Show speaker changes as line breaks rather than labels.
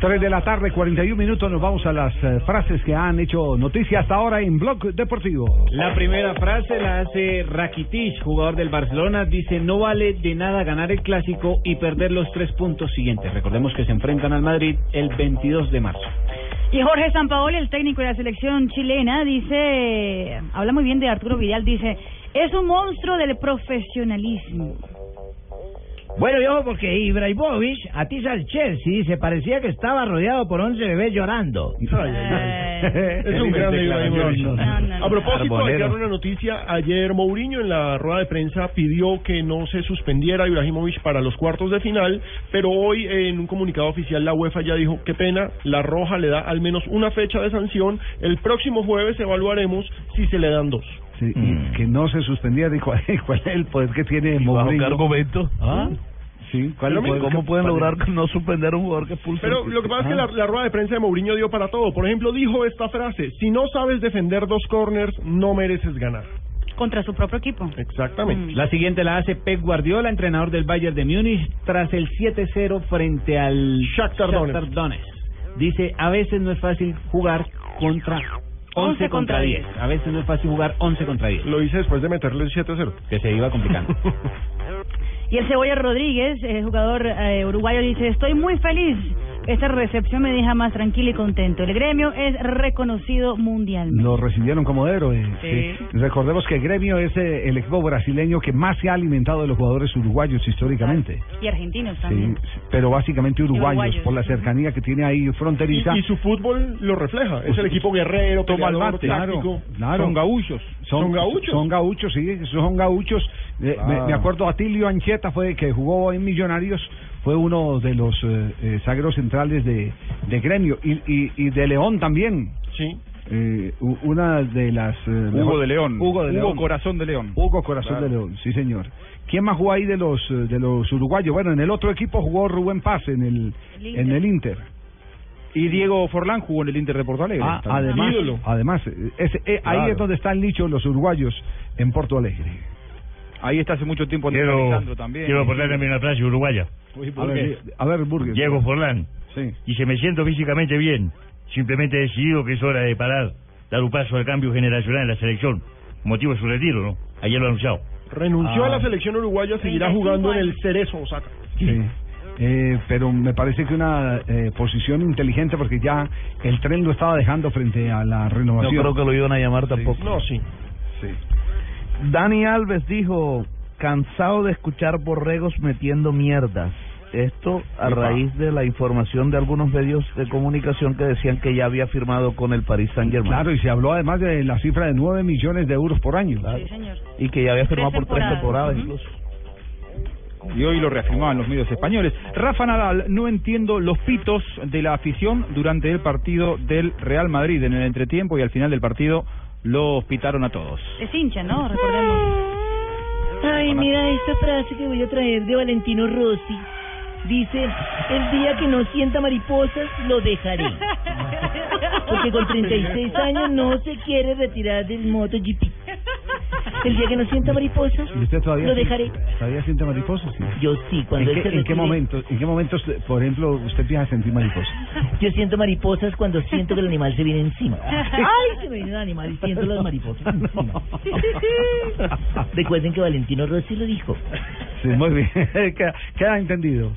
3 de la tarde, 41 minutos, nos vamos a las eh, frases que han hecho noticia hasta ahora en Blog Deportivo.
La primera frase la hace Rakitic, jugador del Barcelona. Dice, no vale de nada ganar el clásico y perder los tres puntos siguientes. Recordemos que se enfrentan al Madrid el 22 de marzo.
Y Jorge Sampaoli, el técnico de la selección chilena, dice, habla muy bien de Arturo Vidal, dice, es un monstruo del profesionalismo.
Bueno, yo porque Ibrahimovic atiza al Chelsea y se parecía que estaba rodeado por 11 bebés llorando.
Eh,
Es un gran Ibrahimovic.
no, no, no.
A propósito,
Carbonero.
ayer una noticia. Ayer Mourinho en la rueda de prensa pidió que no se suspendiera Ibrahimovic para los cuartos de final, pero hoy eh, en un comunicado oficial la UEFA ya dijo, qué pena, la roja le da al menos una fecha de sanción. El próximo jueves evaluaremos si se le dan dos.
Sí, y
Mm.
Que no se suspendía, dijo, ¿cuál es el poder que tiene
¿Bajo qué
Mourinho? ¿Ah?
argumento?
¿Ah?
Sí, ¿cuál es el
Lo
poder
mismo.
que-
¿Cómo pueden
cuál es?
lograr no suspender a un jugador que expulsa?
Pero lo que pasa
Ah.
es que la, la rueda de prensa de Mourinho dio para todo. Por ejemplo, dijo esta frase, si no sabes defender dos corners, no mereces ganar.
Contra su propio equipo.
Exactamente.
La siguiente la hace Pep Guardiola, entrenador del Bayern de Múnich, tras el 7-0 frente al
Shakhtar Donetsk.
Donetsk. Dice, a veces no es fácil jugar contra 11 contra 10. A veces no es fácil jugar 11 contra 10.
Lo hice después de meterle el 7-0.
Que se iba complicando.
Y el Cebolla Rodríguez, eh, jugador eh, uruguayo, dice, estoy muy feliz. Esta recepción me deja más tranquilo y contento. El gremio es reconocido mundialmente.
Lo recibieron como héroe.
Sí.
sí. Recordemos que Gremio es eh, el equipo brasileño que más se ha alimentado de los jugadores uruguayos históricamente.
Y argentinos
Sí,
también.
sí, pero básicamente uruguayos,
Uruguayos.
por la cercanía que tiene ahí
Y,
fronteriza.
y su fútbol lo refleja. Es el equipo guerrero,
Toma el
peleador,
mate,
táctico.
claro.
Son gauchos. Son, gauchos.
Son gauchos, sí, esos son gauchos. Eh, me, me acuerdo, Atilio Ancheta fue que jugó en Millonarios, fue uno de los eh, eh, zagueros centrales de, de Gremio y, y, y de León también.
Sí.
Eh, u- una de las. eh, mejor- Hugo de León.
Corazón de León.
Hugo Corazón de León, sí señor. ¿Quién más jugó ahí de los eh, de los uruguayos? Bueno, en el otro equipo jugó Rubén Paz en el,
El Inter.
en el Inter.
Y Diego Forlán jugó en el Inter de Porto Alegre.
Ah, además,
Ídolo.
además eh, ese- eh, ahí
Claro.
es donde están nichos los uruguayos en Porto Alegre.
Ahí está hace mucho tiempo
Quiero, quiero poner también una frase uruguaya.
A ver, a ver, Burger.
Diego Forlán.
Sí.
Y se me siento físicamente bien. Simplemente he decidido que es hora de parar, dar un paso al cambio generacional en la selección. Motivo de su retiro, ¿no? Ayer lo anunciado.
Renunció
Ah.
a la selección uruguaya, seguirá
35
jugando en
años.
el Cerezo Osaka.
Sí. Eh, pero me parece que una eh, posición inteligente porque ya el tren lo estaba dejando frente a la
No
renovación.
creo que lo iban a llamar tampoco.
No, sí.
Dani Alves dijo, cansado de escuchar borregos metiendo mierdas. Esto a raíz de la información de algunos medios de comunicación que decían que ya había firmado con el Paris Saint Germain.
Claro, y se habló además de la cifra de 9 millones de euros por año.
Sí, señor.
Y que ya había firmado
Tres
por tres
temporadas.
temporadas
Ujú.
incluso.
Y hoy lo reafirmaban los medios españoles. Rafa Nadal, no entiendo los pitos de la afición durante el partido del Real Madrid. En el entretiempo y al final del partido los pitaron a todos.
Es hincha, ¿no? Recordemos.
Ay, mira esta frase que voy a traer de Valentino Rossi. Dice, el día que no sienta mariposas, lo dejaré. Porque con 36 años no se quiere retirar del MotoGP. El día que no sienta mariposas,
¿Y usted todavía
lo
siente-
dejaré.
todavía siente mariposas? Sí.
Yo sí, cuando
¿En,
él
qué,
se
en qué
retire,
momentos, ¿En qué momentos, por ejemplo, usted empieza a sentir mariposas?
Yo siento mariposas cuando siento que el animal se viene encima. Ay, se me viene el animal y siento las mariposas encima. Recuerden que Valentino Rossi lo dijo.
Sí, muy bien. queda, queda entendido.